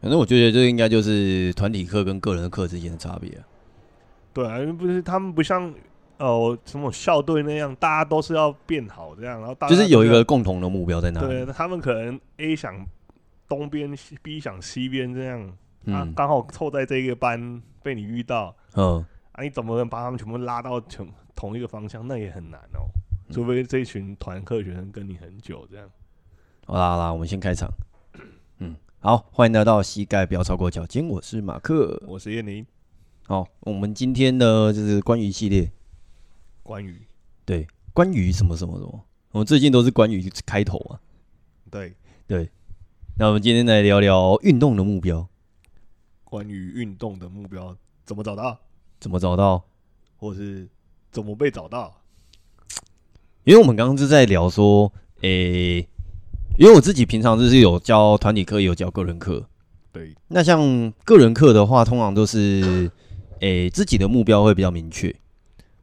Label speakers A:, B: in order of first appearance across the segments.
A: 反正我觉得这应该就是团体课跟个人的课之间的差别啊、
B: 对啊，因为不是他们不像哦什么校队那样，大家都是要变好这样，然后大家
A: 就是有一
B: 都
A: 个啊共同的目标在那
B: 要
A: 里。
B: 对，他们可能 A 想东边西，B 想西边这样，啊
A: 嗯，
B: 刚好凑在这个班被你遇到，
A: 嗯，
B: 啊，你怎么能把他们全部拉到全同一个方向？那也很难哦，
A: 嗯
B: 除非这一群团课学生跟你很久这样。
A: 好啦好啦，我们先开场。嗯，好，欢迎来到膝盖不要超过脚尖，我是马克。
B: 我是燕宁，
A: 好，我们今天呢就是关于系列，
B: 关于
A: 对，关于什么什么什么，我们最近都是关于开头啊。
B: 对
A: 那我们今天来聊聊运动的目标，
B: 关于运动的目标怎么找到，
A: 怎么找到？
B: 或是怎么被找到？
A: 因为我们刚刚就在聊说，诶、因为我自己平常就是有教团体课，也有教个人课。
B: 对，
A: 那像个人课的话，通常都 是，诶、自己的目标会比较明确，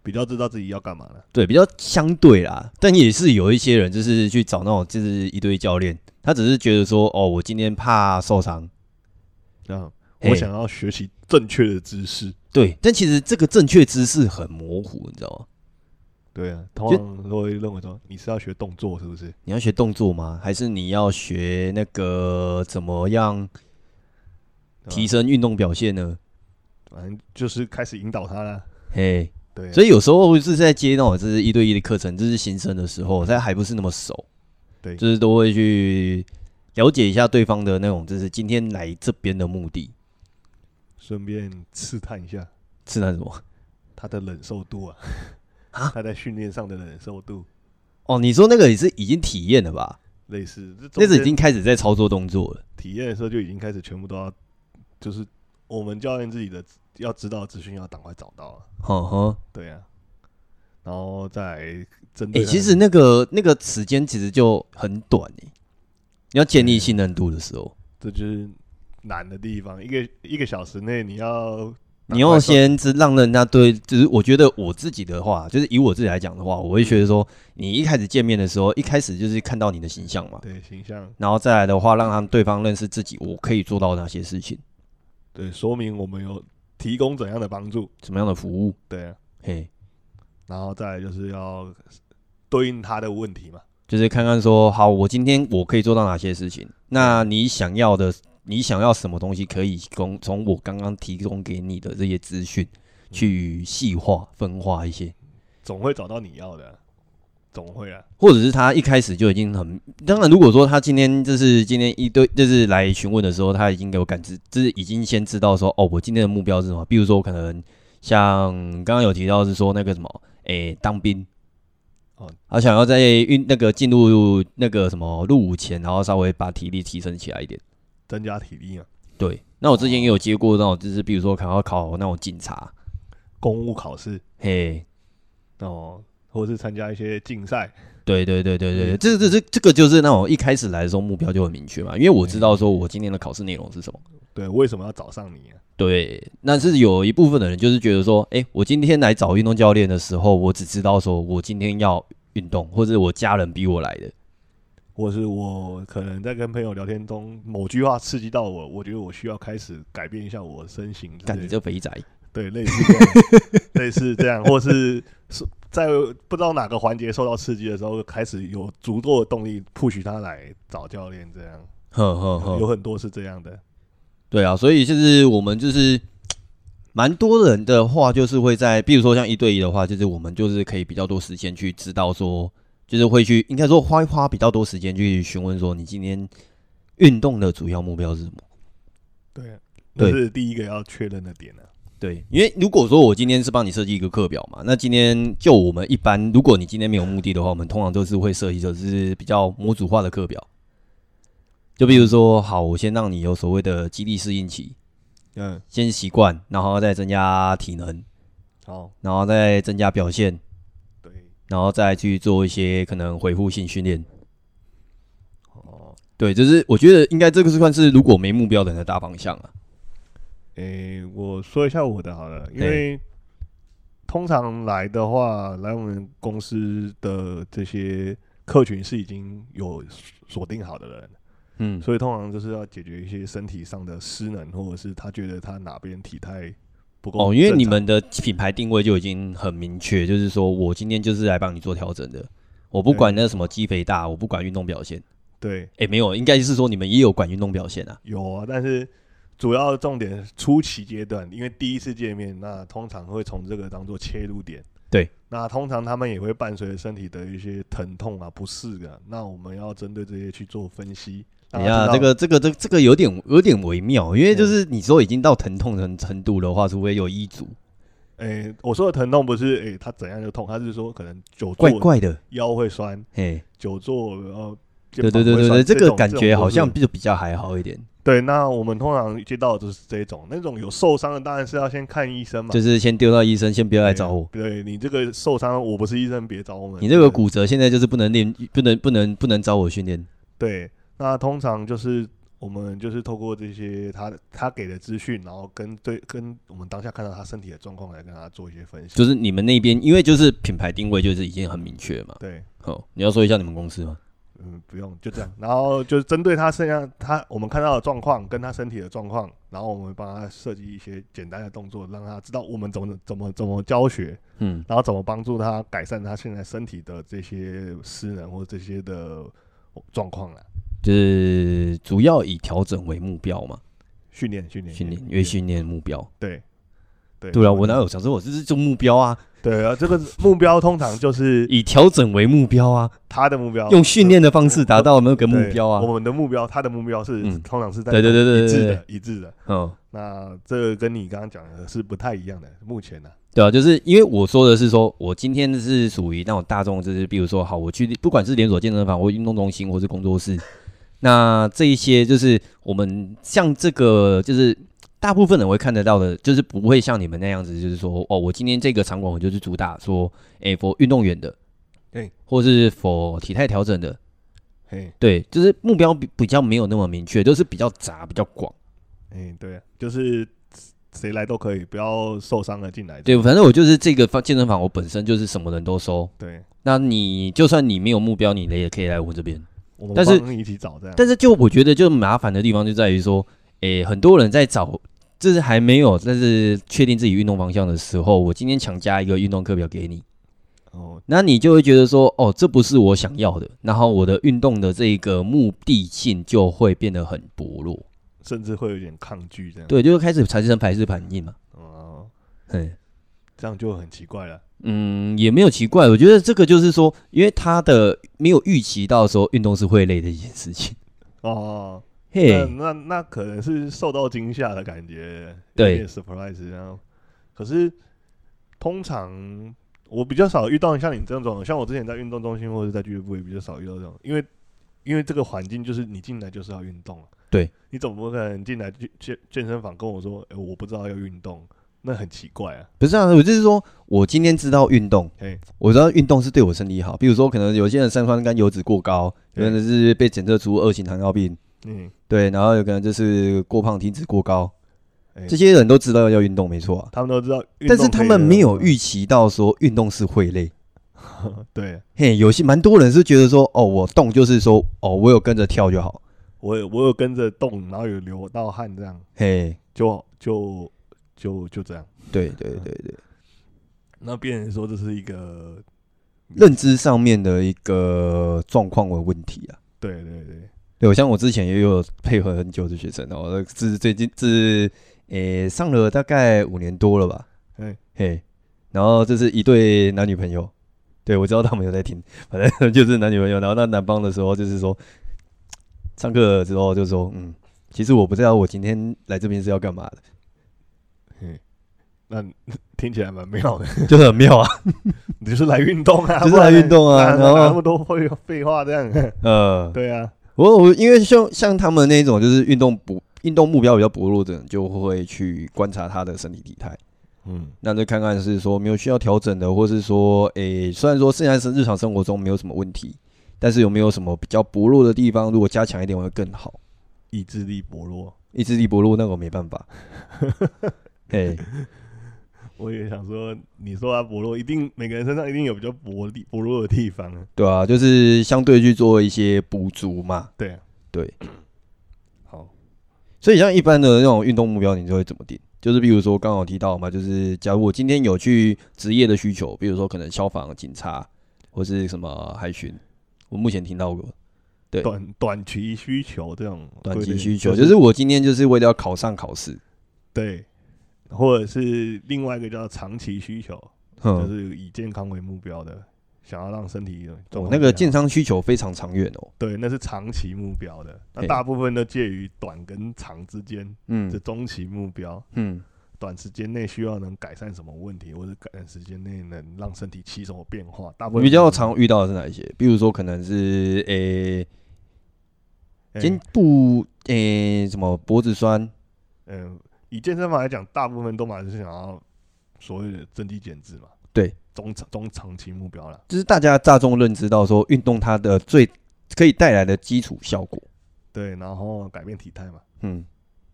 B: 比较知道自己要干嘛了。
A: 对，比较相对啦。但也是有一些人就是去找那种就是一堆教练，他只是觉得说，哦，我今天怕受伤，
B: 啊，
A: 嘿
B: 我想要学习正确的姿势。
A: 对。但其实这个正确姿势很模糊，你知道吗？
B: 对啊，通常都会认为说你是要学动作，是不是？
A: 你要学动作吗？还是你要学那个怎么样
B: 对吧
A: 提，升运动表现呢？
B: 反正就是开始引导他了。
A: 嘿，
B: 对啊，
A: 所以有时候是在接那种就是一对一的课程，就是新生的时候，在还不是那么熟，
B: 嗯对
A: 就是都会去了解一下对方的那种，就是今天来这边的目的
B: 顺便试探一下
A: 是那什
B: 嗯
A: 么？
B: 他的忍受度啊， 他在训练上的忍受度，
A: 哦，你说那个也是已经体验了吧？
B: 类似这
A: 那
B: 中
A: 是已
B: 间
A: 经开始在操作动作了。
B: 体验的时候就已经开始全部都要，就是我们教练自己的要知道的资讯要赶快找到啊。
A: 哼哼，
B: 对啊，然后再来针
A: 哎、
B: 对他的、
A: 其实那个那个时间其实就很短诶、你要建立信任度的时候，
B: 这就是难的地方，一个一个小时内你要
A: 你要先是让人家对，就是我觉得我自己的话，就是以我自己来讲的话，我会觉得说，你一开始见面的时候，一开始就是看到你的形象嘛，
B: 对形象，
A: 然后再来的话，让他们对方认识自己，我可以做到哪些事情，
B: 对说明我们有提供怎样的帮助，
A: 什么样的服务，
B: 对啊，
A: 嘿，
B: 然后再来就是要对应他的问题嘛，
A: 就是看看说，好，我今天我可以做到哪些事情，那你想要的，你想要什么东西，可以供从我刚刚提供给你的这些资讯去细化分化一些，
B: 总会找到你要的啊、总会啊，
A: 或者是他一开始就已经很，当然，如果说他今天就是今天一堆就是来询问的时候，他已经给我感知，就是已经先知道说，哦，我今天的目标是什么？比如说，我可能像刚刚有提到是说那个什么，诶、当兵，
B: 哦
A: 哦，他想要在运那个进入那个什么入伍前，然后稍微把体力提升起来一点。
B: 增加体力啊，
A: 对，那我之前也有接过那种，就是比如说考要考那种警察，
B: 公务考试
A: 嘿，
B: 哦，或者是参加一些竞赛，
A: 对对对对对，这这这这个就是那种一开始来的时候目标就很明确嘛，因为我知道说我今天的考试内容是什么。
B: 对，为什么要找上你啊？
A: 对，那是有一部分的人就是觉得说，哎、我今天来找运动教练的时候，我只知道说我今天要运动，或者我家人逼我来的。
B: 或是我可能在跟朋友聊天中，某句话刺激到我，我觉得我需要开始改变一下我的身形之
A: 干
B: 类
A: 你
B: 的，
A: 这肥宅，
B: 对，类似这样，类似这样，或是是在不知道哪个环节受到刺激的时候，开始有足够的动力 push 他来找教练，这样
A: 呵呵
B: 有
A: 呵，
B: 很多是这样的，
A: 对啊，所以就是我们就是蛮多人的话，就是会在，比如说像一对一的话，就是我们就是可以比较多时间去知道说，就是会去应该说花花比较多时间去询问说你今天运动的主要目标是什么。
B: 对，
A: 对
B: 这是第一个要确认的点呢、啊。
A: 对，因为如果说我今天是帮你设计一个课表嘛，那今天就我们一般，如果你今天没有目的的话，我们通常都是会设计就是比较模组化的课表。就比如说，好，我先让你有所谓的肌力适应期，
B: 嗯，
A: 先习惯，然后再增加体能，
B: 好，
A: 然后再增加表现，
B: 对，
A: 然后再去做一些可能回复性训练。
B: 哦，
A: 对，就是我觉得应该这个是算是如果没目标的人的大方向啊。
B: 诶、我说一下我的好了，因为通常来的话，来我们公司的这些客群是已经有锁定好的人，
A: 嗯，
B: 所以通常就是要解决一些身体上的失能，或者是他觉得他哪边体态不够
A: 哦，因为
B: 正
A: 你
B: 常
A: 们的品牌定位就已经很明确，就是说我今天就是来帮你做调整的，我不
B: 对
A: 管那什么肌肥大，我不管运动表现。
B: 对
A: 哎、没有，应该是说你们也有管运动表现啊。
B: 有啊，但是主要重点初期阶段，因为第一次见面，那通常会从这个当做切入点。
A: 对，
B: 那通常他们也会伴随着身体的一些疼痛啊、不适啊，那我们要针对这些去做分析。
A: 哎
B: 让他
A: 呀，
B: 啊知道嗯
A: 这个这个这这个有点有点微妙，因为就是你说已经到疼痛的程度的话，除非有医嘱，
B: 诶、哎我说的疼痛不是诶、他怎样就痛，他是说可能久坐
A: 怪怪的，
B: 腰会酸，
A: 嘿，
B: 久坐然后肩
A: 对对
B: 膀
A: 对
B: 会
A: 对
B: 酸
A: 对，这个
B: 种
A: 感
B: 种
A: 觉
B: 都
A: 好像
B: 是
A: 比比较还好一点，
B: 对。那我们通常接到的就是这种，那种有受伤的当然是要先看医生嘛。
A: 就是先丢到医生，先不要来找我。
B: 对你这个受伤，我不是医生，别找我们。
A: 你这个骨折现在就是不能练，不能不能不能找我训练。
B: 对，那通常就是我们就是透过这些他他给的资讯，然后跟对跟我们当下看到他身体的状况来跟他做一些分析。
A: 就是你们那边，因为就是品牌定位就是已经很明确嘛。
B: 对，
A: 哦，你要说一下你们公司吗？
B: 嗯，不用就这 样，然后就是针对他身上他我们看到的状况跟他身体的状况，然后我们帮他设计一些简单的动作，让他知道我们怎么怎么怎么教学，
A: 嗯，
B: 然后怎么帮助他改善他现在身体的这些失能或这些的状况啊啦。
A: 就是主要以调整为目标嘛，
B: 训练训练
A: 训练为训练目标。
B: 嗯对对
A: 对啊，我
B: 呢。
A: 哪有想说我这是做目标啊？
B: 对啊，这个目标通常就是
A: 以调整为目标啊，
B: 他的目标，
A: 用训练的方式达到那个目标啊
B: 对。我们的目标，他的目标是、
A: 嗯
B: 通常是在
A: 对对对对
B: 一致
A: 对
B: 的，一致的。
A: 嗯，
B: 那这个跟你刚刚讲的是不太一样的。目前呢、
A: 对啊，就是因为我说的是说，我今天是属于那种大众，就是比如说，好，我去不管是连锁健身房或运动中心或是工作室，那这一些就是我们像这个就是。大部分人会看得到的，就是不会像你们那样子，就是说，哦，我今天这个场馆我就是主打说，诶、for 运动员的，
B: 对，
A: 或是 for 体态调整的，
B: 嘿，
A: 对，就是目标比比较没有那么明确，就是比较杂，比较广。
B: 哎，对，就是谁来都可以，不要受伤了进来。
A: 对，反正我就是这个健身房，我本身就是什么人都收。
B: 对，
A: 那你就算你没有目标，你也可以来我这边。
B: 我们
A: 但是
B: 帮你一起找这样。
A: 但是就我觉得就麻烦的地方就在于说，诶、很多人在找，就是还没有，但是确定自己运动方向的时候，我今天强加一个运动课表给你，
B: 哦，
A: 那你就会觉得说，哦，这不是我想要的，然后我的运动的这个目的性就会变得很薄弱，
B: 甚至会有点抗拒这样。，
A: 对，就会开始产生排斥反应嘛，
B: 哦，
A: 嗯。
B: 这样就很奇怪了。
A: 嗯，也没有奇怪，我觉得这个就是说，因为他的没有预期到说运动是会累的一件事情。
B: 哦，
A: 嘿、
B: 那那那可能是受到惊吓的感觉，
A: 对
B: 有点，surprise 然后，可是通常我比较少遇到像你这种，像我之前在运动中心或者在俱乐部也比较少遇到这种，因为因为这个环境就是你进来就是要运动啊
A: 对，
B: 你总不可能进来健健健身房跟我说，哎、我不知道要运动，那很奇怪啊，
A: 不是啊，我就是说我今天知道运动，
B: 嘿，
A: 我知道运动是对我身体好。比如说，可能有些人三酸甘油脂过高，有
B: 对
A: 的人是被检测出二型糖尿病，
B: 嗯，
A: 对，然后有可能就是过胖、体脂过高，
B: 哎
A: 这些人都知道要运动，没错啊、
B: 他们都知道运动可
A: 但
B: 以的，
A: 是他们没有预期到说运动是会累。
B: 对。
A: 嘿，有些蛮多人是觉得说，哦，我动就是说，哦，我有跟着跳就好。
B: 我有我有跟着动，然后有流到汗，这样
A: 嘿，
B: 就就就就这样。
A: 对对对对。
B: 嗯那别人说这是一个，
A: 认知上面的一个状况的问题啊。
B: 对对对，
A: 对，我像我之前也有配合很久的学生哦，呃自最近自诶、上了大概五年多了吧，
B: 哎，
A: 嘿，然后这是一对男女朋友，对我知道他们有在听，反正 就是男女朋友，然后那男方的时候就是说，上课之后就说，嗯，其实我不知道我今天来这边是要干嘛的，
B: 那听起来蛮美好的，
A: 就很妙啊，
B: 你就是来运动啊，
A: 就是来运动啊
B: 不哪
A: 然后
B: 哪那么多废废话这样，
A: 呃，
B: 对啊，
A: 我我因为像像他们那种就是运动不运动目标比较薄弱的人，就会去观察他的身体体态，
B: 嗯，
A: 那就看看是说没有需要调整的，或是说，诶、虽然说现在是日常生活中没有什么问题，但是有没有什么比较薄弱的地方？如果加强一点会更好。
B: 意志力薄弱，
A: 意志力薄弱那个我没办法。哎、
B: 我也想说，你说他薄弱，一定每个人身上一定有比较薄力薄弱的地方啊，
A: 对啊，就是相对去做一些补足嘛。
B: 对啊，
A: 对，所以像一般的那种运动目标，你就会怎么定？就是比如说刚好提到嘛，就是假如我今天有去职业的需求，比如说可能消防、警察或是什么海巡，我目前听到过对
B: 短短期需求这种
A: 短
B: 规
A: 期
B: 定
A: 需求，就是我今天就是为了要考上考试，
B: 对，或者是另外一个叫长期需求，就
A: 哼，
B: 是以健康为目标的，想要让身体
A: 我
B: 状况
A: 哦那个
B: 变
A: 健
B: 好
A: 康需求非常长远哦，
B: 对，那是长期目标的。那
A: 嘿
B: 大部分都介于短跟长之间这
A: 嗯
B: 中期目标，
A: 嗯
B: 短时间内需要能改善什么问题，或者改善时间内能让身体起什么变化。大部
A: 你比
B: 分
A: 较
B: 人
A: 常遇到的是哪一些？比如说可能是诶、
B: 哎
A: 肩部诶、什么脖子酸，
B: 嗯，以健身房来讲，大部分都嘛是想要所谓的增肌减脂嘛，
A: 对，
B: 中长中长期目标啦。
A: 就是大家大众认知到说运动它的最可以带来的基础效果，
B: 对，然后改变体态嘛，
A: 嗯，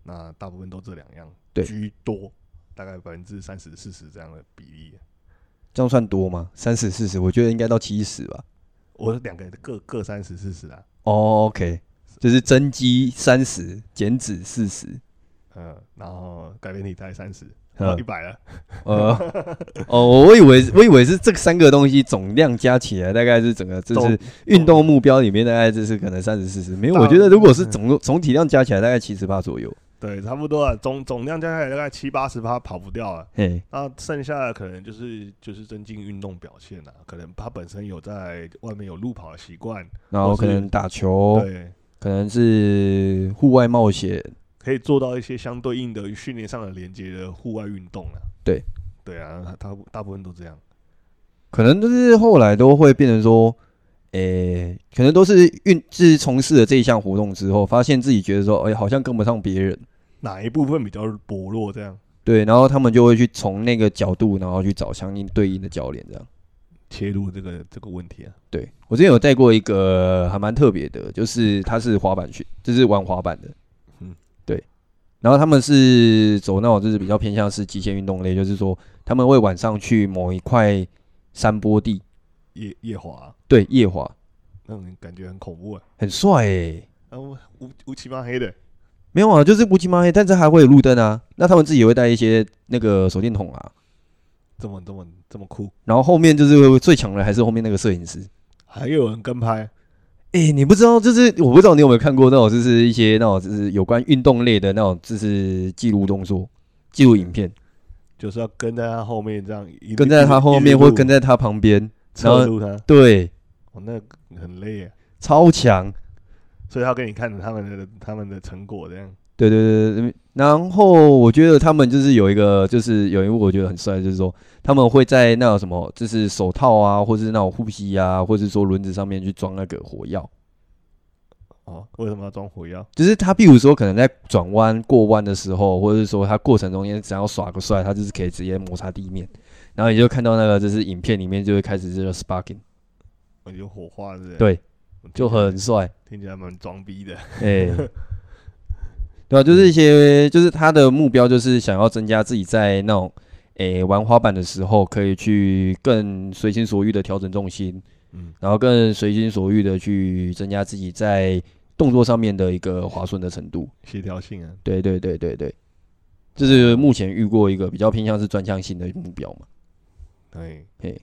B: 那大部分都这两样
A: 对
B: 居多，大概百分之三十四十这样的比例。
A: 这样算多吗？三十四十，我觉得应该到七十吧。
B: 我两个各各三十四十啊，
A: 哦、o k 就是增肌三十，减脂四十，
B: 嗯，然后改变体态三十，
A: 嗯
B: 一百了，
A: 呃， 哦，我以为我以为是这三个东西总量加起来大概是整个就
B: 总
A: 是运动目标里面大概就是可能三十四十，没有，
B: 大
A: 我觉得如果是总总体量加起来大概七十八左右，
B: 对，差不多啊，总总量加起来大概七八十趴跑不掉啊。
A: 嘿，
B: 那剩下的可能就是就是增进运动表现啊，可能他本身有在外面有路跑的习惯，
A: 然后
B: 或是
A: 可能打球，
B: 对，
A: 可能是户外冒险，
B: 可以做到一些相对应的训练上的连接的户外运动啊。
A: 对，
B: 对啊，他大部分都这样。
A: 可能就是后来都会变成说，诶、可能都是运是从事了这一项活动之后，发现自己觉得说，哎、好像跟不上别人，
B: 哪一部分比较薄弱？这样，
A: 对，然后他们就会去从那个角度，然后去找相应对应的教练，这样。
B: 切入这个这个问题啊。
A: 对我之前有带过一个还蛮特别的，就是他是滑板去，就是玩滑板的，嗯
B: 嗯，
A: 对。然后他们是走那种就是比较偏向是极限运动类，就是说他们会晚上去某一块山坡地，
B: 夜夜华、啊
A: 对，夜滑，
B: 那种感觉很恐怖啊，
A: 很帅诶、
B: 啊乌乌乌漆嘛黑的，
A: 没有啊，就是乌漆嘛黑，但是还会有路灯啊。那他们自己也会带一些那个手电筒啊。
B: 这么这么这么酷，
A: 然后后面就是最强的还是后面那个摄影师。
B: 还有人跟拍，
A: 哎、你不知道，就是我不知道你有没有看过那种，就是一些那种就是有关运动类的那种，就是记录动作、记录影片，
B: 就是要跟在他后面这样一路，
A: 跟在他后面或跟
B: 在
A: 在他旁边，然
B: 侧
A: 后
B: 录他，
A: 对，
B: 哦，那很累啊。
A: 超强。
B: 所以他给你看他们的他们的成果这样。
A: 对对对对对，然后我觉得他们就是有一个，就是有一幕我觉得很帅，就是说他们会在那种什么，就是手套啊，或是那种护膝啊，或是说轮子上面去装那个火药，
B: 哦，为什么要装火药？
A: 就是他，比如说可能在转弯、过弯的时候，或者是说他过程中间只要耍个帅，他就是可以直接摩擦地面，然后你就看到那个就是影片里面就会开始这个 sparking，
B: 哦有火花是不是？
A: 对
B: 我听起
A: 就
B: 来，
A: 很帅，
B: 听起来蛮装逼的。
A: 哎、对啊，就是一些就是他的目标就是想要增加自己在那种诶、玩滑板的时候可以去更随心所欲的调整重心，
B: 嗯，
A: 然后更随心所欲的去增加自己在动作上面的一个滑顺的程度。
B: 协调性啊，
A: 对对对对对，这是目前遇过一个比较偏向是专项性的目标嘛。
B: 对。
A: 嘿，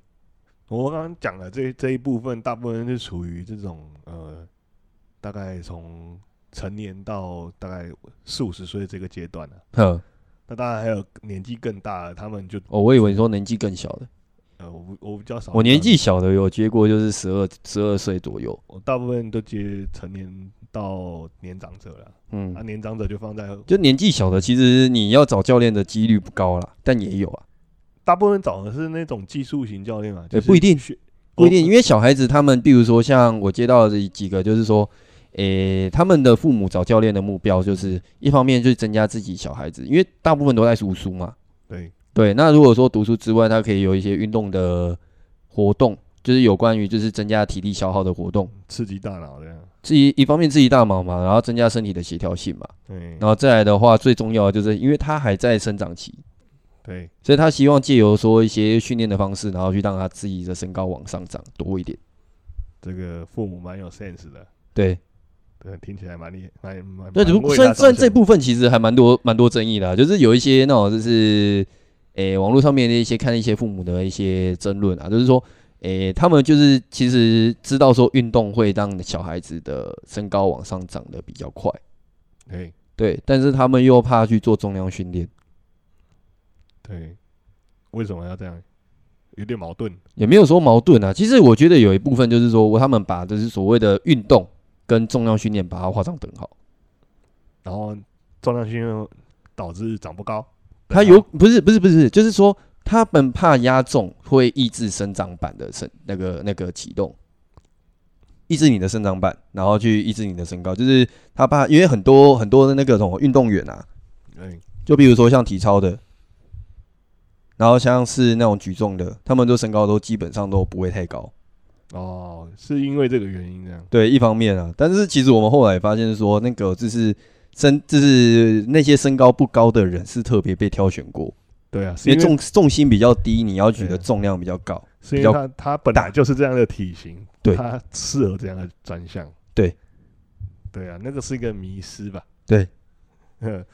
B: 我刚刚讲的这这一部分，大部分是属于这种呃，大概从成年到大概四五十岁这个阶段啊。
A: 哼，
B: 那当然还有年纪更大的，他们就
A: 哦，我以为你说年纪更小的，
B: 呃，我不我比较少遇到这种。
A: 我年纪小的有接过就是十二十二岁左右，
B: 我大部分都接成年到年长者了，
A: 嗯
B: 啊，，年长者就放在
A: 就年纪小的，其实你要找教练的几率不高啦，但也有啊，
B: 大部分找的是那种技术型教练嘛，
A: 对
B: 就是哦
A: 不一定
B: 学
A: 不一定，因为小孩子他们，比如说像我接到的几个，就是说。诶、他们的父母找教练的目标就是一方面就是增加自己小孩子，因为大部分都在读书嘛，
B: 对，
A: 对，那如果说读书之外，他可以有一些运动的活动，就是有关于就是增加体力消耗的活动，
B: 刺激大脑这样，
A: 自己一方面刺激大脑嘛，然后增加身体的协调性嘛，
B: 对
A: 然后再来的话，最重要的就是因为他还在生长期，
B: 对，
A: 所以他希望借由说一些训练的方式，然后去让他自己的身高往上涨多一点。
B: 这个父母蛮有 sense 的，
A: 对，
B: 对，听起来蛮厉蛮蛮。
A: 对，只不
B: 蛮为
A: 虽
B: 他
A: 然虽然
B: 着
A: 这
B: 想
A: 部分其实还蛮多蛮多争议的啊、就是有一些那种就是，诶、网络上面的一些看一些父母的一些争论啊，就是说，诶、他们就是其实知道说运动会让小孩子的身高往上涨得比较快，
B: 对
A: 对，但是他们又怕去做重量训练，
B: 对，为什么要这样？有点矛盾。
A: 也没有说矛盾啊。其实我觉得有一部分就是说，他们把就是所谓的运动跟重量训练把它画上等号。
B: 然后重量训练导致长不高，
A: 他有不是不是不是，就是说他们怕压重会抑制生长板的生那个那个启动，抑制你的生长板，然后去抑制你的身高，就是他怕，因为很多很多的那个什么运动员啊，
B: 对
A: 就比如说像体操的，然后像是那种举重的，他们都身高都基本上都不会太高。
B: 哦，是因为这个原因这样。
A: 对，一方面啊，但是其实我们后来发现说，那个就是身就是那些身高不高的人是特别被挑选过。
B: 对啊，是
A: 因
B: 因
A: 为
B: 为
A: 重重心比较低，你要举的
B: 对
A: 重量比较高。
B: 是因
A: 较
B: 为他他本来就是这样的体型，
A: 对
B: 他适合这样的专项。
A: 对，
B: 对啊，那个是一个迷失吧？
A: 对
B: 呵，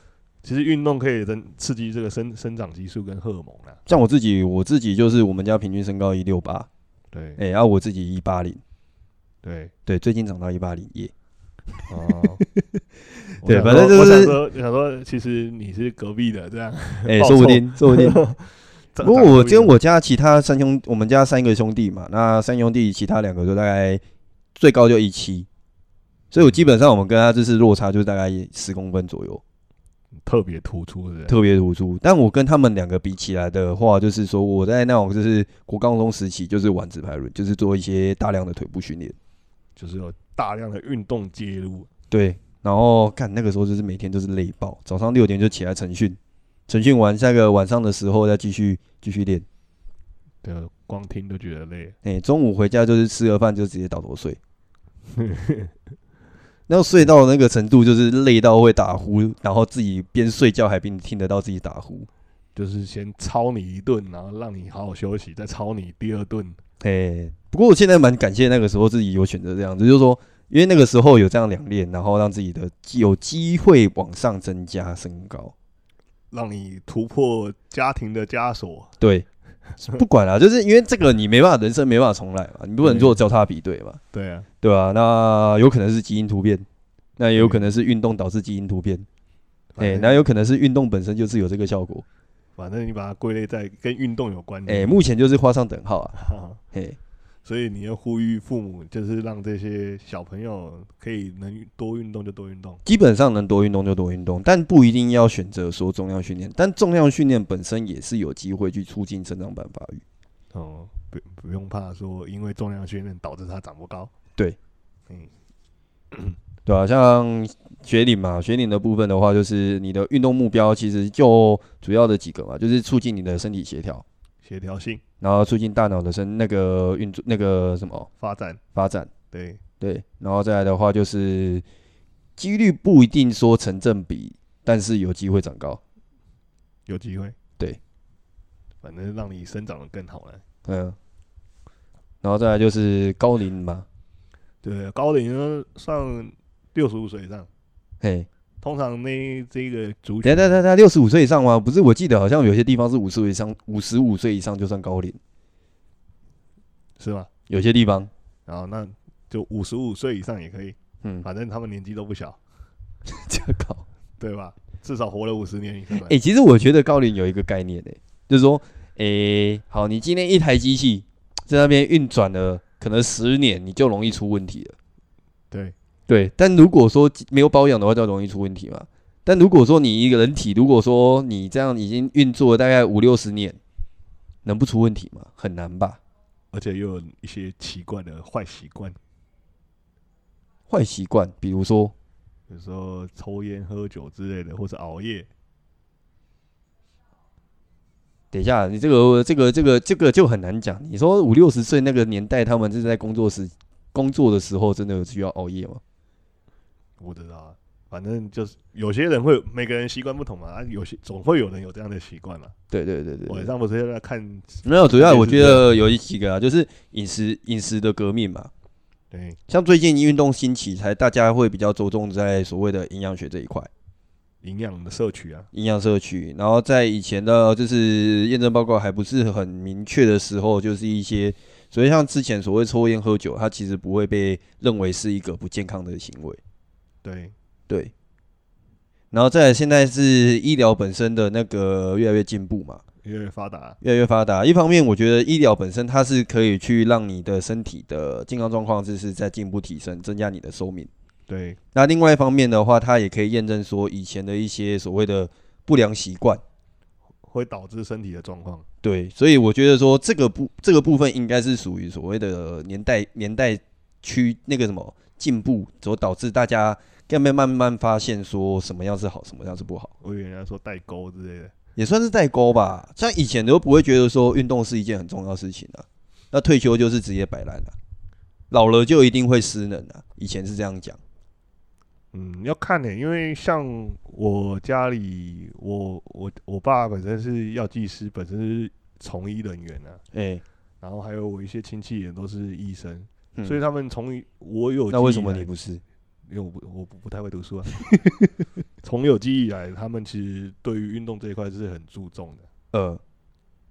B: 其实运动可以增刺激这个生生长激素跟荷尔蒙啊啦。
A: 像我自己，我自己就是我们家平均身高一六八，
B: 对
A: 哎，然后我自己一八零，
B: 对
A: 对，最近长到一八零耶。。
B: 哦
A: 对反正就
B: 我
A: 是
B: 想说，我想说，其实你是隔壁的这样。
A: 哎，
B: 暴
A: 说不
B: 瘦
A: 定，说不定。
B: 长
A: 不过我跟，
B: 长
A: 我家其他三兄，我们家三个兄弟嘛，那三兄弟其他两个就大概最高就一七，所以我基本上我们跟他就是落差就是大概十公分左右，
B: 特别突出，是不是？
A: 特别突出。但我跟他们两个比起来的话，就是说我在那种就是国高中时期就是玩直排轮，就是做一些大量的腿部训练。
B: 就是有大量的运动介入，
A: 对，然后看那个时候就是每天都是累爆，早上六点就起来晨训，晨训完下个晚上的时候再继续继续练，
B: 对，光听都觉得累。
A: 哎、中午回家就是吃了饭就直接倒头睡，那睡到那个程度就是累到会打呼，然后自己边睡觉还边听得到自己打呼，
B: 就是先操你一顿，然后让你好好休息，再操你第二顿。
A: 哎、不过我现在蛮感谢那个时候自己有选择这样子，就是说。因为那个时候有这样两练，然后让自己的有机会往上增加身高，
B: 让你突破家庭的枷锁，
A: 对， 不管啦、就是因为这个你没办法，人生没办法重来嘛，你不能做交叉比对嘛，
B: 对啊，
A: 对吧、那有可能是基因突变，那也有可能是运动导致基因突变，哎、
B: 反正
A: 那有可能是运动本身就是有这个效果，
B: 反正你把它归类在跟运动有关的，
A: 哎、目前就是画上等号啊，
B: 哈
A: 哎、
B: 所以你要呼吁父母，就是让这些小朋友可以能多运动就多运动，
A: 基本上能多运动就多运动，但不一定要选择说重量训练，但重量训练本身也是有机会去促进生长板发育，
B: 哦、不不用怕说因为重量训练导致他长不高，
A: 对，
B: 嗯，
A: 对啊，像学龄嘛，学龄的部分的话，就是你的运动目标其实就主要的几个嘛，就是促进你的身体协调，
B: 协调性
A: 然后促进大脑的身那个运作那个什么
B: 发展，
A: 发展，
B: 对，
A: 对，然后再来的话就是几率不一定说成正比，但是有机会长高。
B: 有机会，
A: 对，
B: 反正让你生长的更好了。
A: 嗯，然后再来就是高龄嘛，
B: 对，高龄呢上六十五岁以上，
A: 嘿，
B: 通常那这个族
A: 等
B: 群
A: 一下等一下等一下，六十五岁以上吗？不是，我记得好像有些地方是五十以上，五十五岁以上就算高龄，
B: 是吧？
A: 有些地方，
B: 然后那就五十五岁以上也可以，
A: 嗯，
B: 反正他们年纪都不小，
A: 这高。
B: 对吧？至少活了五十年以上吧。
A: 哎、其实我觉得高龄有一个概念诶、欸就是说，诶、好，你今天一台机器在那边运转了可能十年，你就容易出问题了。
B: 对，
A: 对，但如果说没有保养的话，就容易出问题嘛。但如果说你一个人体，如果说你这样已经运作了大概五六十年，能不出问题吗？很难吧。
B: 而且又有一些奇怪的坏习惯，
A: 坏习惯，比如说，
B: 比如说抽烟、喝酒之类的，或者熬夜。
A: 等一下，你这个这个这个这个就很难讲。你说五六十岁那个年代，他们是在工作时工作的时候，真的有需要熬夜吗？
B: 我不知道啊，反正就是有些人会，每个人习惯不同嘛，啊有些总会有人有这样的习惯嘛。
A: 对对对对对
B: 晚上不是在看
A: 没有，主要
B: 也
A: 我
B: 是
A: 觉
B: 这样
A: 得有一几个啊，就是饮食饮食的革命嘛，
B: 对，
A: 像最近运动兴起，才大家会比较着重在所谓的营养学这一块，
B: 营养的摄取啊，
A: 营养摄取。然后在以前的，就是验证报告还不是很明确的时候，就是一些所以像之前所谓抽烟喝酒，它其实不会被认为是一个不健康的行为。
B: 对，
A: 对。然后再来，现在是医疗本身的那个越来越进步嘛，
B: 越来越发达，啊
A: 越来越发达。一方面，我觉得医疗本身它是可以去让你的身体的健康状况就是在进一步提升，增加你的寿命。
B: 对，
A: 那另外一方面的话，它也可以验证说以前的一些所谓的不良习惯。
B: 会导致身体的状况。
A: 对，所以我觉得说这个部这个部分应该是属于所谓的年代年代区那个什么进步所导致大家更慢慢慢发现说什么样是好，什么样是不好，
B: 我以为人家说代沟之类的，
A: 也算是代沟吧。像以前都不会觉得说运动是一件很重要的事情啊，那退休就是职业摆烂了、老了就一定会失能啊。以前是这样讲，
B: 嗯，要看呢、因为像我家里，我我我爸本身是药剂师，本身是从医人员啊，
A: 哎、
B: 然后还有我一些亲戚也都是医生，
A: 嗯
B: 所以他们从医我有
A: 那为
B: 记
A: 什
B: 忆
A: 么
B: 来
A: 你不是？
B: 因为我不我不不太会读书啊。 从有记忆以来，他们其实对于运动这一块是很注重的，
A: 呃，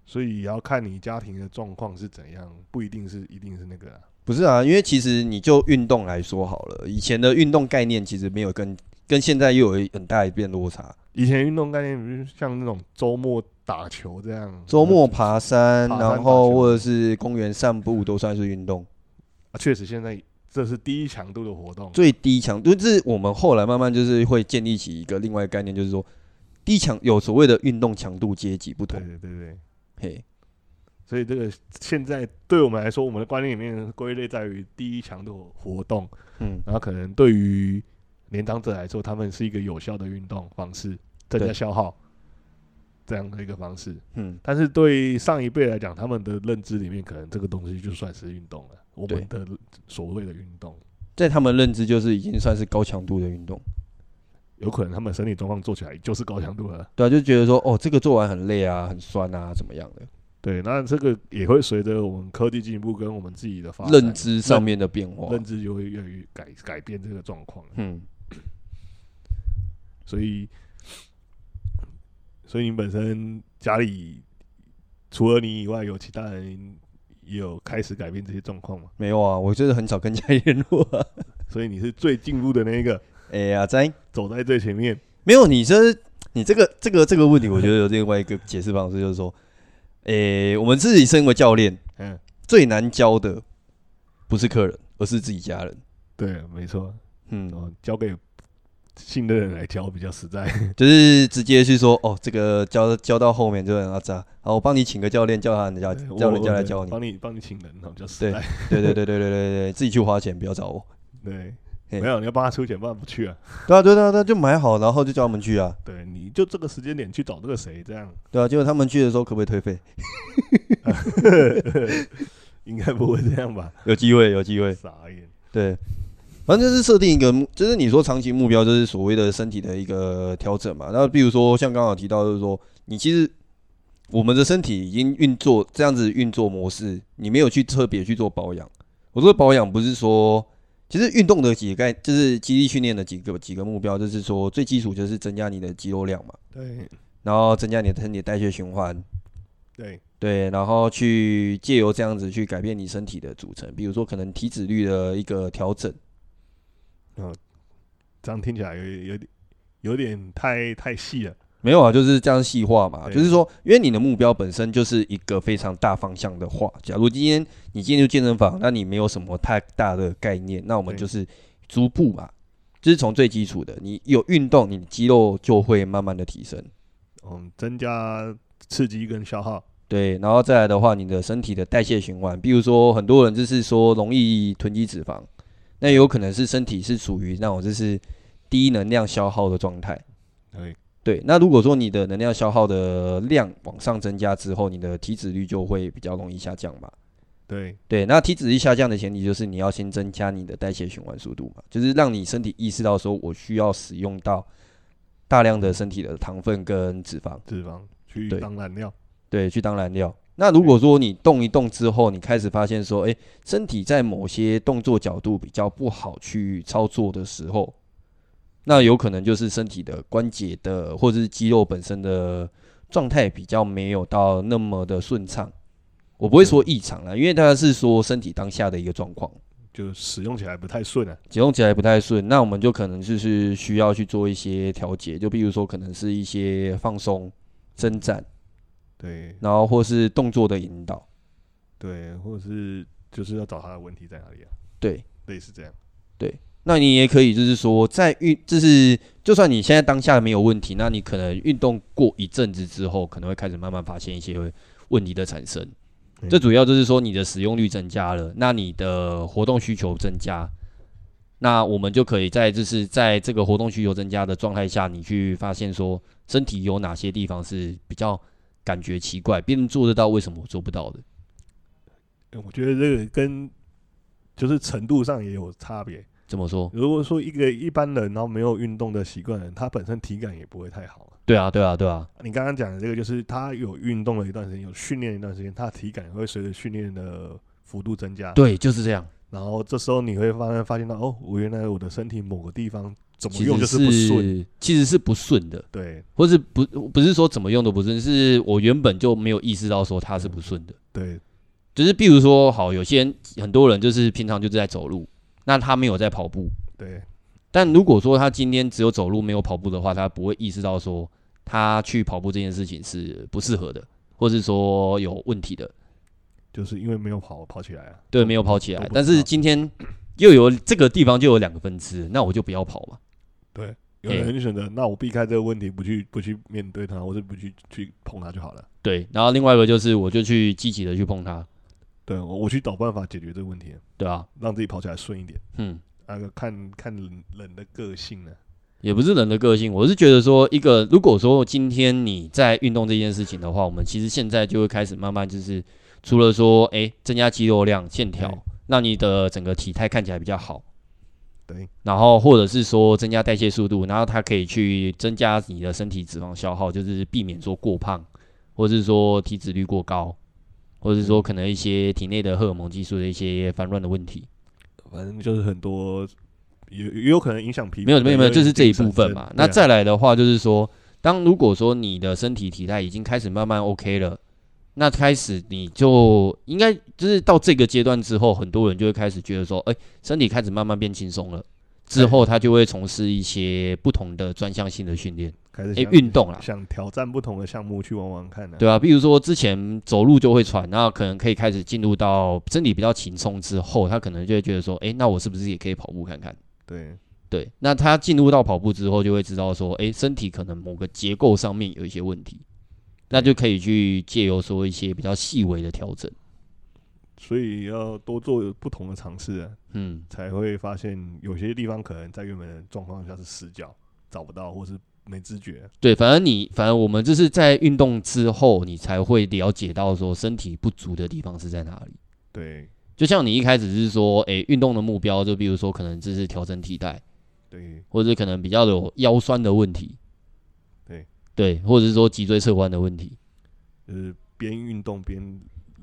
B: 所以也要看你家庭的状况是怎样，不一定是一定是那个啊。
A: 不是啊，因为其实你就运动来说好了，以前的运动概念其实没有跟跟现在又有很大一片落差。
B: 以前运动概念，比如像那种周末打球这样，
A: 周末爬山，
B: 爬山
A: 然后
B: 打球
A: 或者是公园散步都算是运动。
B: 啊确、实现在这是低强度的活动，
A: 最低强度就是我们后来慢慢就是会建立起一个另外一个概念，就是说低强有所谓的运动强度阶级不
B: 对
A: 同。
B: 对对对，
A: 嘿，
B: 所以这个现在对我们来说，我们的观念里面归类在于低强度活动，
A: 嗯，
B: 然后可能对于年长者来说，他们是一个有效的运动方式，增加
A: 对
B: 消耗这样的一个方式。
A: 嗯，
B: 但是对上一辈来讲，他们的认知里面，可能这个东西就算是运动了，我们的所谓的运动，
A: 在他们认知就是已经算是高强度的运动。
B: 有可能他们身体状况做起来就是高强度了。
A: 对啊，就觉得说哦，这个做完很累啊，很酸啊，怎么样的
B: 对，那这个也会随着我们科技进步跟我们自己的发展
A: 认知上面的变化。
B: 认知就会越来越改改变这个状况。
A: 嗯，
B: 所以，所以你本身家里除了你以外，有其他人也有开始改变这些状况嘛？
A: 没有啊，我就是很少跟家里联络 啊。
B: 所以你是最进步的那一个，
A: 哎呀，在
B: 走在最前面。
A: 没有你这你这个这个这个问题，我觉得有另外一个解释方式，就是说，诶、我们自己身为教练，
B: 嗯，
A: 最难教的不是客人，而是自己家人。
B: 对，没错。
A: 嗯，
B: 哦，交给信任的人来教比较实在。
A: 就是直接去说，哦，这个教教到后面就很阿渣，好，我帮你请个教练，叫他人家
B: 对
A: 叫
B: 我
A: 人家来
B: 对
A: 教你。
B: 帮你帮你请人，然后比较实在。
A: 对对对对对对对，自己去花钱，不要找我。
B: 对，
A: 嘿
B: 没有你要帮他出钱，不然不去啊。
A: 对啊对啊对啊，就买好，然后就叫他们去啊。
B: 对，你就这个时间点去找这个谁，这样
A: 对啊，结果他们去的时候可不可以退费？
B: 应该不会这样吧？
A: 有机会，有机会。
B: 傻眼。
A: 对，反正就是设定一个目，就是你说长期目标，就是所谓的身体的一个调整嘛。那比如说像刚好提到，就是说你其实我们的身体已经运作这样子运作模式，你没有去特别去做保养。我说的保养不是说，其实运动的几个概，就是肌力训练的几个几个目标，就是说最基础就是增加你的肌肉量嘛，
B: 对
A: 然后增加你的身体代谢循环。
B: 对
A: 对，然后去借由这样子去改变你身体的组成，比如说可能体脂率的一个调整，
B: 这样听起来有有点有点太太细了。
A: 没有啊，就是这样细化嘛，
B: 对
A: 就是说，因为你的目标本身就是一个非常大方向的话，假如今天你进入健身房，那你没有什么太大的概念，那我们
B: 对
A: 就是逐步嘛，就是从最基础的，你有运动，你肌肉就会慢慢的提升，
B: 嗯，增加刺激跟消耗。
A: 对，然后再来的话，你的身体的代谢循环，比如说很多人就是说容易囤积脂肪，那有可能是身体是属于那种就是低能量消耗的状态。
B: 对，
A: 对，那如果说你的能量消耗的量往上增加之后，你的体脂率就会比较容易下降嘛。
B: 对
A: 对，那体脂率下降的前提就是你要先增加你的代谢循环速度嘛，就是让你身体意识到说我需要使用到大量的身体的糖分跟脂肪，
B: 脂肪去
A: 对
B: 当燃料。
A: 对，去当燃料。那如果说你动一动之后，你开始发现说，哎、身体在某些动作角度比较不好去操作的时候，那有可能就是身体的关节的或者是肌肉本身的状态比较没有到那么的顺畅。我不会说异常啦，因为它是说身体当下的一个状况，
B: 就使用起来不太顺啊。
A: 解冻起来不太顺，那我们就可能就是需要去做一些调节，就比如说可能是一些放松、伸展，
B: 对
A: 然后或是动作的引导。
B: 对，或者是就是要找他的问题在哪里啊，
A: 对，
B: 类似这样。
A: 那你也可以就是说，在运就是就算你现在当下没有问题，那你可能运动过一阵子之后，可能会开始慢慢发现一些问题的产生。
B: 嗯
A: 这主要就是说你的使用率增加了，那你的活动需求增加，那我们就可以在就是在这个活动需求增加的状态下，你去发现说身体有哪些地方是比较感觉奇怪，别人做得到，为什么我做不到的？
B: 呃我觉得这个跟就是程度上也有差别。
A: 怎么说？
B: 如果说一个一般人，然后没有运动的习惯的人，他本身体感也不会太好啊。
A: 对啊，对啊，对啊，
B: 你刚刚讲的这个，就是他有运动了一段时间，有训练一段时间，他的体感会随着训练的幅度增加。
A: 对，就是这样。
B: 然后这时候你会慢慢发现到，哦，我原来我的身体某个地方怎么
A: 其
B: 用
A: 实
B: 就是不顺。
A: 是其实是不顺的。
B: 对
A: 或是不不是说怎么用都不顺，是我原本就没有意识到说它是不顺的。
B: 对
A: 就是比如说，好，有些人很多人就是平常就是在走路，那他没有在跑步。
B: 对
A: 但如果说他今天只有走路没有跑步的话，他不会意识到说他去跑步这件事情是不适合的，或是说有问题的。
B: 就是因为没有跑跑起来啊。
A: 对，没有跑起
B: 都
A: 来。
B: 不
A: 但
B: 知
A: 是
B: 道
A: 今天又有这个地方就有两个分支，那我就不要跑嘛。
B: 对，有人选择，那我避开这个问题，不去不去面对它，或者不去去碰它就好了。
A: 对，然后另外一个就是我就去积极的去碰它，
B: 对我我去找办法解决这个问题，
A: 对啊，
B: 让自己跑起来顺一点。
A: 嗯。
B: 那个看看人人的个性啊呢、
A: 也不是人的个性，我是觉得说，一个如果说今天你在运动这件事情的话，我们其实现在就会开始慢慢就是，除了说，哎、增加肌肉量、线条
B: 对，
A: 让你的整个体态看起来比较好，
B: 对，
A: 然后或者是说增加代谢速度，然后它可以去增加你的身体脂肪消耗，就是避免说过胖，或者是说体脂率过高，或者是
B: 嗯
A: 说可能一些体内的荷尔蒙激素的一些烦乱的问题。
B: 反正就是很多也也有可能影响皮肤
A: 没有
B: 的，
A: 没有没有，就是这一部分嘛
B: 对啊。
A: 那再来的话，就是说，当如果说你的身体体态已经开始慢慢 OK 了，那开始你就应该就是到这个阶段之后，很多人就会开始觉得说，哎、身体开始慢慢变轻松了。之后他就会从事一些不同的专项性的训练，
B: 开始
A: 哎、
B: 想
A: 运动啦，
B: 想挑战不同的项目去玩玩看呢、
A: 对啊，比如说之前走路就会喘，那可能可以开始进入到身体比较轻松之后，他可能就会觉得说，哎、那我是不是也可以跑步看看？
B: 对
A: 对，那他进入到跑步之后，就会知道说，诶，身体可能某个结构上面有一些问题，那就可以去借由说一些比较细微的调整。
B: 所以要多做不同的尝试、啊，
A: 嗯，
B: 才会发现有些地方可能在原本的状况下是死角，找不到或是没知觉。啊
A: 对，反正你，反正我们就是在运动之后，你才会了解到说身体不足的地方是在哪里。
B: 对
A: 就像你一开始是说，诶，运动的目标就比如说可能就是调整体态，
B: 对
A: 或者是可能比较有腰酸的问题，
B: 对
A: 对，或者是说脊椎侧弯的问题，
B: 就是边运动边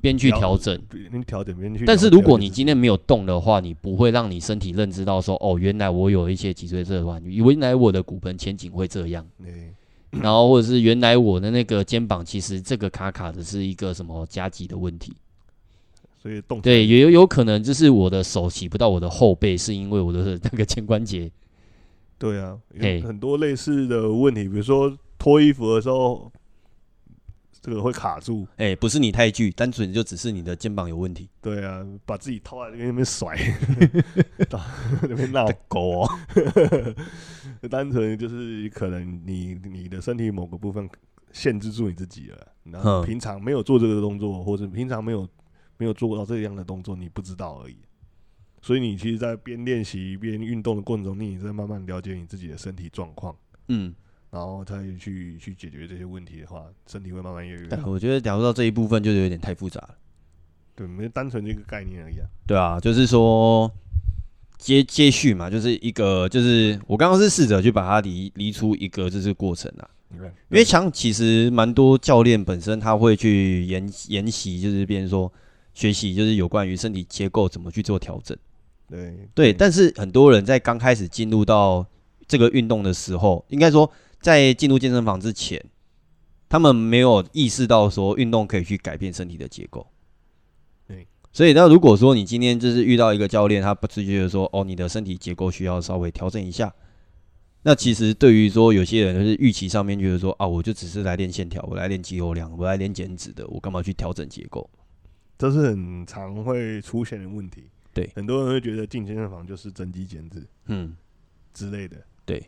A: 边去
B: 了
A: 调整。
B: 边调整边去了解自己。
A: 但是如果你今天没有动的话，你不会让你身体认知到说，哦，原来我有一些脊椎侧弯，原来我的骨盆前颈会这 样，
B: 对
A: 然后或者是原来我的那个肩膀其实这个卡卡的是一个什么夹脊的问题。
B: 所以动起来
A: 对，也有有可能就是我的手洗不到我的后背，是因为我的那个肩关节。
B: 对啊，
A: 嘿
B: 有很多类似的问题，比如说脱衣服的时候，这个会卡住。
A: 哎、不是你太巨，单纯就只是你的肩膀有问题。
B: 对啊，把自己套在那边那边 甩， 到那边闹
A: 狗哦，
B: 单纯就是可能你你的身体某个部分限制住你自己了，然
A: 嗯
B: 后平常没有做这个动作，或者平常没有没有做到这样的动作，你不知道而已。所以你其实，在边练习边运动的过程中，你也在慢慢了解你自己的身体状况，
A: 嗯，
B: 然后再去去解决这些问题的话，身体会慢慢越来越
A: 但
B: 好。
A: 我觉得聊到这一部分就有点太复杂了。
B: 对，没有单纯这个概念而已啊。
A: 对啊，就是说接接续嘛，就是一个就是我刚刚是试着去把它理理出一个就是过程啊，
B: 你看，
A: 因为像其实蛮多教练本身他会去研研习，就是变成说学习就是有关于身体结构怎么去做调整。
B: 对
A: 对，但是很多人在刚开始进入到这个运动的时候，应该说在进入健身房之前，他们没有意识到说运动可以去改变身体的结构。
B: 对，
A: 所以那如果说你今天就是遇到一个教练，他不自觉的说，哦，你的身体结构需要稍微调整一下。那其实对于说有些人就是预期上面觉得说啊，我就只是来练线条，我来练肌肉量，我来练减脂的，我干嘛去调整结构？
B: 这是很常会出现的问题。
A: 对
B: 很多人会觉得进健身房就是增肌减脂
A: 嗯，
B: 之类的。
A: 对，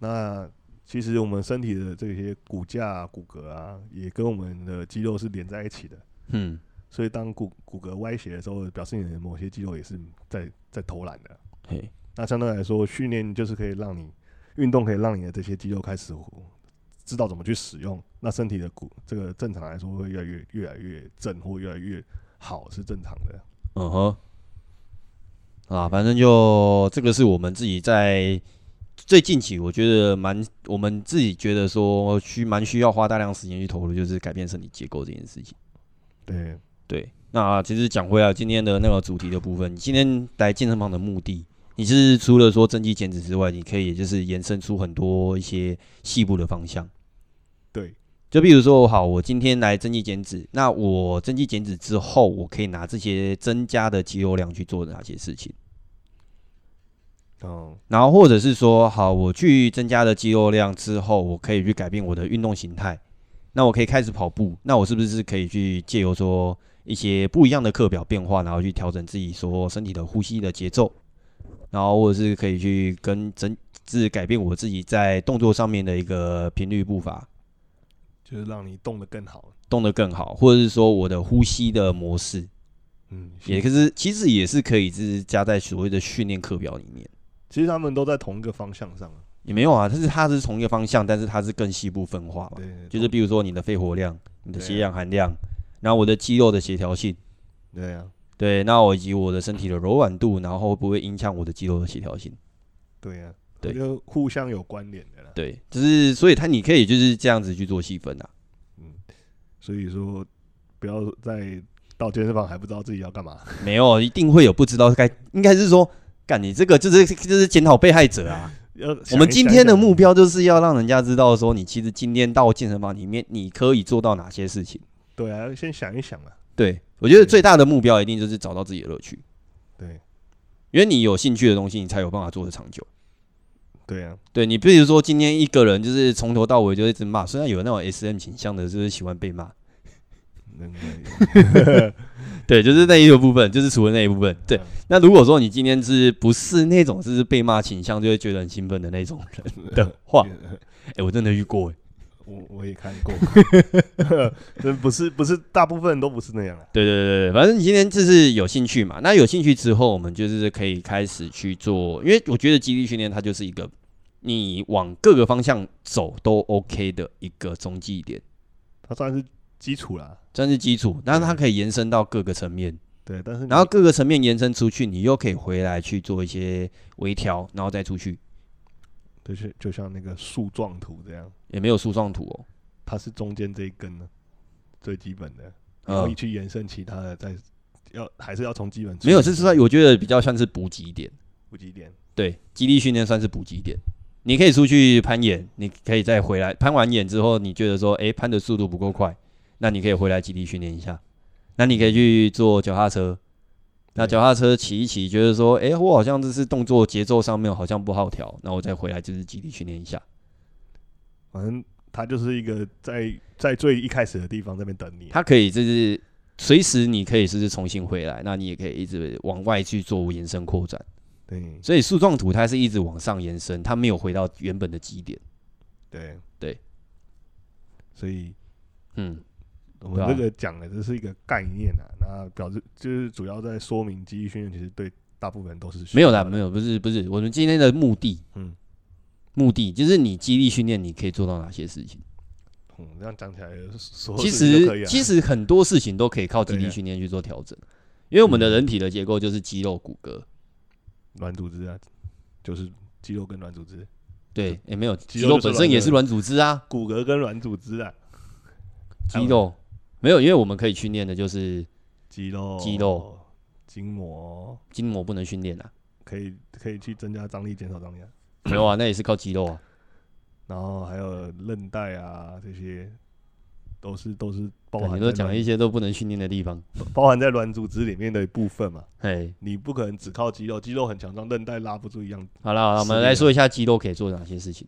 B: 那其实我们身体的这些骨架啊、骨骼啊，也跟我们的肌肉是连在一起的。
A: 嗯，
B: 所以当骨骨骼歪斜的时候，表示你的某些肌肉也是在在偷懒的。
A: 嘿，
B: 那相对来说，训练就是可以让你运动，可以让你的这些肌肉开始知道怎么去使用，那身体的骨这个正常来说会越来越越来越正或越来越好是正常的。
A: 嗯哼，啊，反正就这个是我们自己在最近期，我觉得蛮我们自己觉得说需蛮需要花大量时间去投入，就是改变身体结构这件事情。
B: 对，
A: 对，那其实讲回来今天的那个主题的部分，你今天来健身房的目的，你是除了说增肌减脂之外，你可以就是延伸出很多一些细部的方向。
B: 对，
A: 就比如说，好，我今天来增肌减脂，那我增肌减脂之后，我可以拿这些增加的肌肉量去做哪些事情？
B: 哦，
A: 然后或者是说，好，我去增加了肌肉量之后，我可以去改变我的运动形态，那我可以开始跑步，那我是不是可以去借由说一些不一样的课表变化，然后去调整自己说身体的呼吸的节奏，然后或者是可以去跟整是改变我自己在动作上面的一个频率步伐，
B: 就是让你动得更好。
A: 动得更好，或者是说我的呼吸的模式，
B: 嗯，
A: 也可是其实也是可以是加在所谓的训练课表里面。
B: 其实他们都在同一个方向上。
A: 也没有啊，但是它是同一个方向，但是它是更细部分化嘛。
B: 对，
A: 就是比如说你的肺活量、你的
B: 对啊
A: 血氧含量，然后我的肌肉的协调性，
B: 对啊，
A: 对，那我以及我的身体的柔软度，然后会不会影响我的肌肉的协调性？
B: 对啊，
A: 对
B: 就互相有关联的啦。
A: 对，就是所以它你可以就是这样子去做细分 啊。
B: 所以说，不要再到健身房还不知道自己要干嘛。
A: 没有，一定会有不知道该，应该是说，干你这个就是就是检讨被害者啊。
B: 要
A: 我
B: 想
A: 们
B: 一
A: 今
B: 想
A: 天的
B: 想
A: 目标就是要让人家知道说，你其实今天到健身房里面，你可以做到哪些事情。
B: 对啊，先想一想啊。
A: 对我觉得
B: 对
A: 最大的目标一定就是找到自己的乐趣，
B: 对
A: 因为你有兴趣的东西，你才有办法做得长久。
B: 对啊，
A: 对你，比如说今天一个人就是从头到尾就一直骂，虽然有那种 S M 倾向的，就是喜欢被骂，
B: 嗯
A: 对，就是那一个部分，就是除了那一部分，对
B: 嗯。
A: 那如果说你今天是不是那种就是被骂倾向，就会觉得很兴奋的那种人的话，哎、我真的遇过，哎，
B: 我我也看过， 真不是不是大部分都不是那样啊。
A: 对对对对，反正你今天就是有兴趣嘛，那有兴趣之后，我们就是可以开始去做，因为我觉得基地训练它就是一个你往各个方向走都 OK 的一个中继点，
B: 它算是基础啦，
A: 算是基础，但是它可以延伸到各个层面。
B: 对，但是你
A: 然后各个层面延伸出去，你又可以回来去做一些微调，然后再出去，
B: 就是就像那个树状图这样，
A: 也没有树状图哦。
B: 它是中间这一根呢，最基本的，然后
A: 嗯，
B: 去延伸其他的，再要还是要从基本出
A: 没有，
B: 发
A: 这是算我觉得比较像是补给点，
B: 补给点，
A: 对，基地训练算是补给点。你可以出去攀岩，你可以再回来攀完岩之后，你觉得说，诶，攀的速度不够快，那你可以回来基地训练一下。那你可以去做脚踏车，那
B: 对
A: 脚踏车骑一骑，觉得说，诶，我好像这是动作节奏上面好像不好调，那我再回来就是基地训练一下。
B: 反正它就是一个在在最一开始的地方在那边等你啊。
A: 它可以就是随时你可以就是重新回来，那你也可以一直往外去做延伸扩展。
B: 嗯对
A: 所以树状图它是一直往上延伸，它没有回到原本的基点。
B: 对
A: 对，
B: 所以
A: 嗯，
B: 我
A: 对
B: 们
A: 啊
B: 这个讲的这是一个概念啊，那表示就是主要在说明记忆训练，其实对大部分人都是需
A: 没有
B: 要
A: 啦，
B: 的
A: 没有，不是不是，我们今天的目的，
B: 嗯
A: 目的就是你激励训练，你可以做到哪些事情？
B: 嗯，这样讲起来所有
A: 其
B: 事情都可以
A: 实
B: 啊
A: 其实很多事情都可以靠激
B: 对
A: 励
B: 啊
A: 训练去做调整，因为我们的人体的结构就是肌肉、骨骼，
B: 软组织啊，就是肌肉跟软组织，
A: 对，也、没有
B: 肌
A: 肌
B: 肉
A: 肉
B: 就是
A: 本
B: 软
A: 身也
B: 的
A: 是软组织啊，
B: 骨骼跟软组织啊，还
A: 肌
B: 有
A: 肉没有，因为我们可以训练的就是
B: 肌肉、
A: 肌肉、
B: 筋膜，
A: 筋膜不能训练啊，
B: 可以可以去增加张力，减少张力啊。
A: 没有啊，那也是靠肌肉啊，
B: 然后还有韧带啊，这些都是都是包
A: 感
B: 含
A: 觉
B: 在
A: 都讲
B: 软
A: 了一些都不能训练的地方，
B: 包含在软组织里面的一部分嘛。
A: 嘿，
B: 你不可能只靠肌肉，肌肉很强壮，韧带拉不住一样。
A: 好啦，好啦，我
B: 是
A: 们
B: 的
A: 来说一下肌肉可以做哪些事情，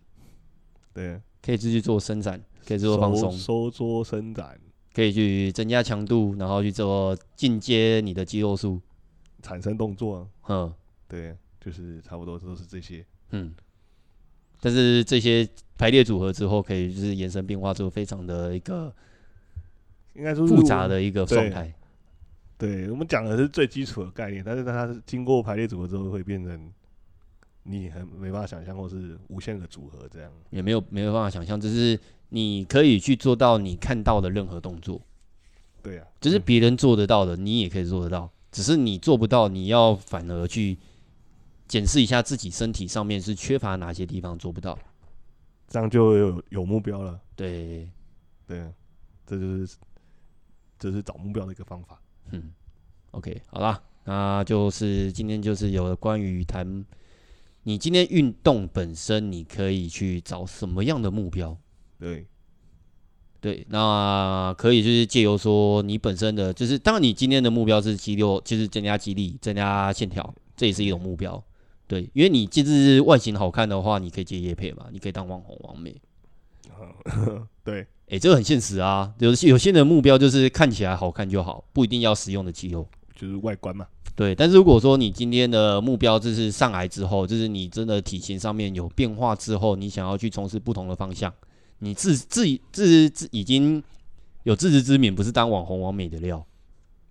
B: 对，
A: 可以继续做伸展，可以做放松，
B: 收缩、伸展、
A: 可以去增加强度，然后去做进阶你的肌肉数，
B: 产生动作、啊，
A: 嗯
B: 对，就是差不多都是这些。
A: 嗯。但是这些排列组合之后，可以就是延伸变化出非常的一个
B: 应该说是
A: 复杂的一个
B: 对
A: 状态。
B: 对我们讲的是最基础的概念，但是它是经过排列组合之后，会变成你很没办法想象，或是无限的组合这样。
A: 也没有没有办法想象，就是你可以去做到你看到的任何动作，
B: 对啊，
A: 就是别人做得到的，你也可以做得到，只是你做不到，你要反而去检视一下自己身体上面是缺乏哪些地方做不到。
B: 这样就有有目标了。
A: 对，
B: 对啊，这就是这是找目标的一个方法。
A: 嗯，OK，好啦，那就是今天就是有关于谈你今天运动本身，你可以去找什么样的目标。
B: 对，
A: 对，那可以就是借由说你本身的，就是当然你今天的目标是肌肉，就是增加肌力、增加线条，这也是一种目标。对，因为你就是外形好看的话，你可以接叶配嘛，你可以当网红、网美。
B: 对，
A: 诶，这个很现实啊。有些有些人的目标就是看起来好看就好，不一定要实用的肌肉。
B: 就是外观嘛。
A: 对，但是如果说你今天的目标就是上来之后，就是你真的体型上面有变化之后，你想要去从事不同的方向，你自自自自已经有自知之明，不是当网红网美的料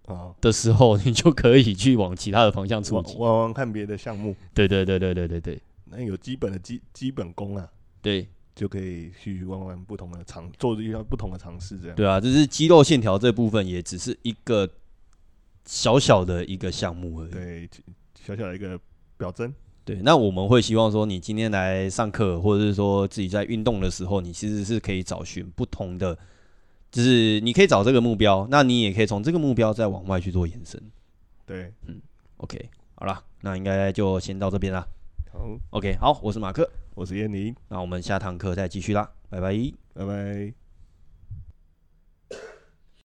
B: 啊，
A: 的时候， 你就可以去往其他的方向触
B: 玩
A: 及。
B: 玩玩看别的项目，
A: 对对对对对对对
B: 那有基本的基基本功啊，
A: 对
B: 就可以去玩玩不同的尝，做一下不同的尝试这样。
A: 对啊，就是肌肉线条这部分也只是一个小小的一个项目而已。
B: 对，小小的一个表征。
A: 对，那我们会希望说，你今天来上课，或者是说自己在运动的时候，你其实是可以找寻不同的，就是你可以找这个目标，那你也可以从这个目标再往外去做延伸。
B: 对，
A: OK，好啦，那应该就先到这边啦。
B: 好，
A: OK，好，我是马克，
B: 我是燕妮，
A: 那我们下堂课再继续啦，拜拜。
B: 拜拜。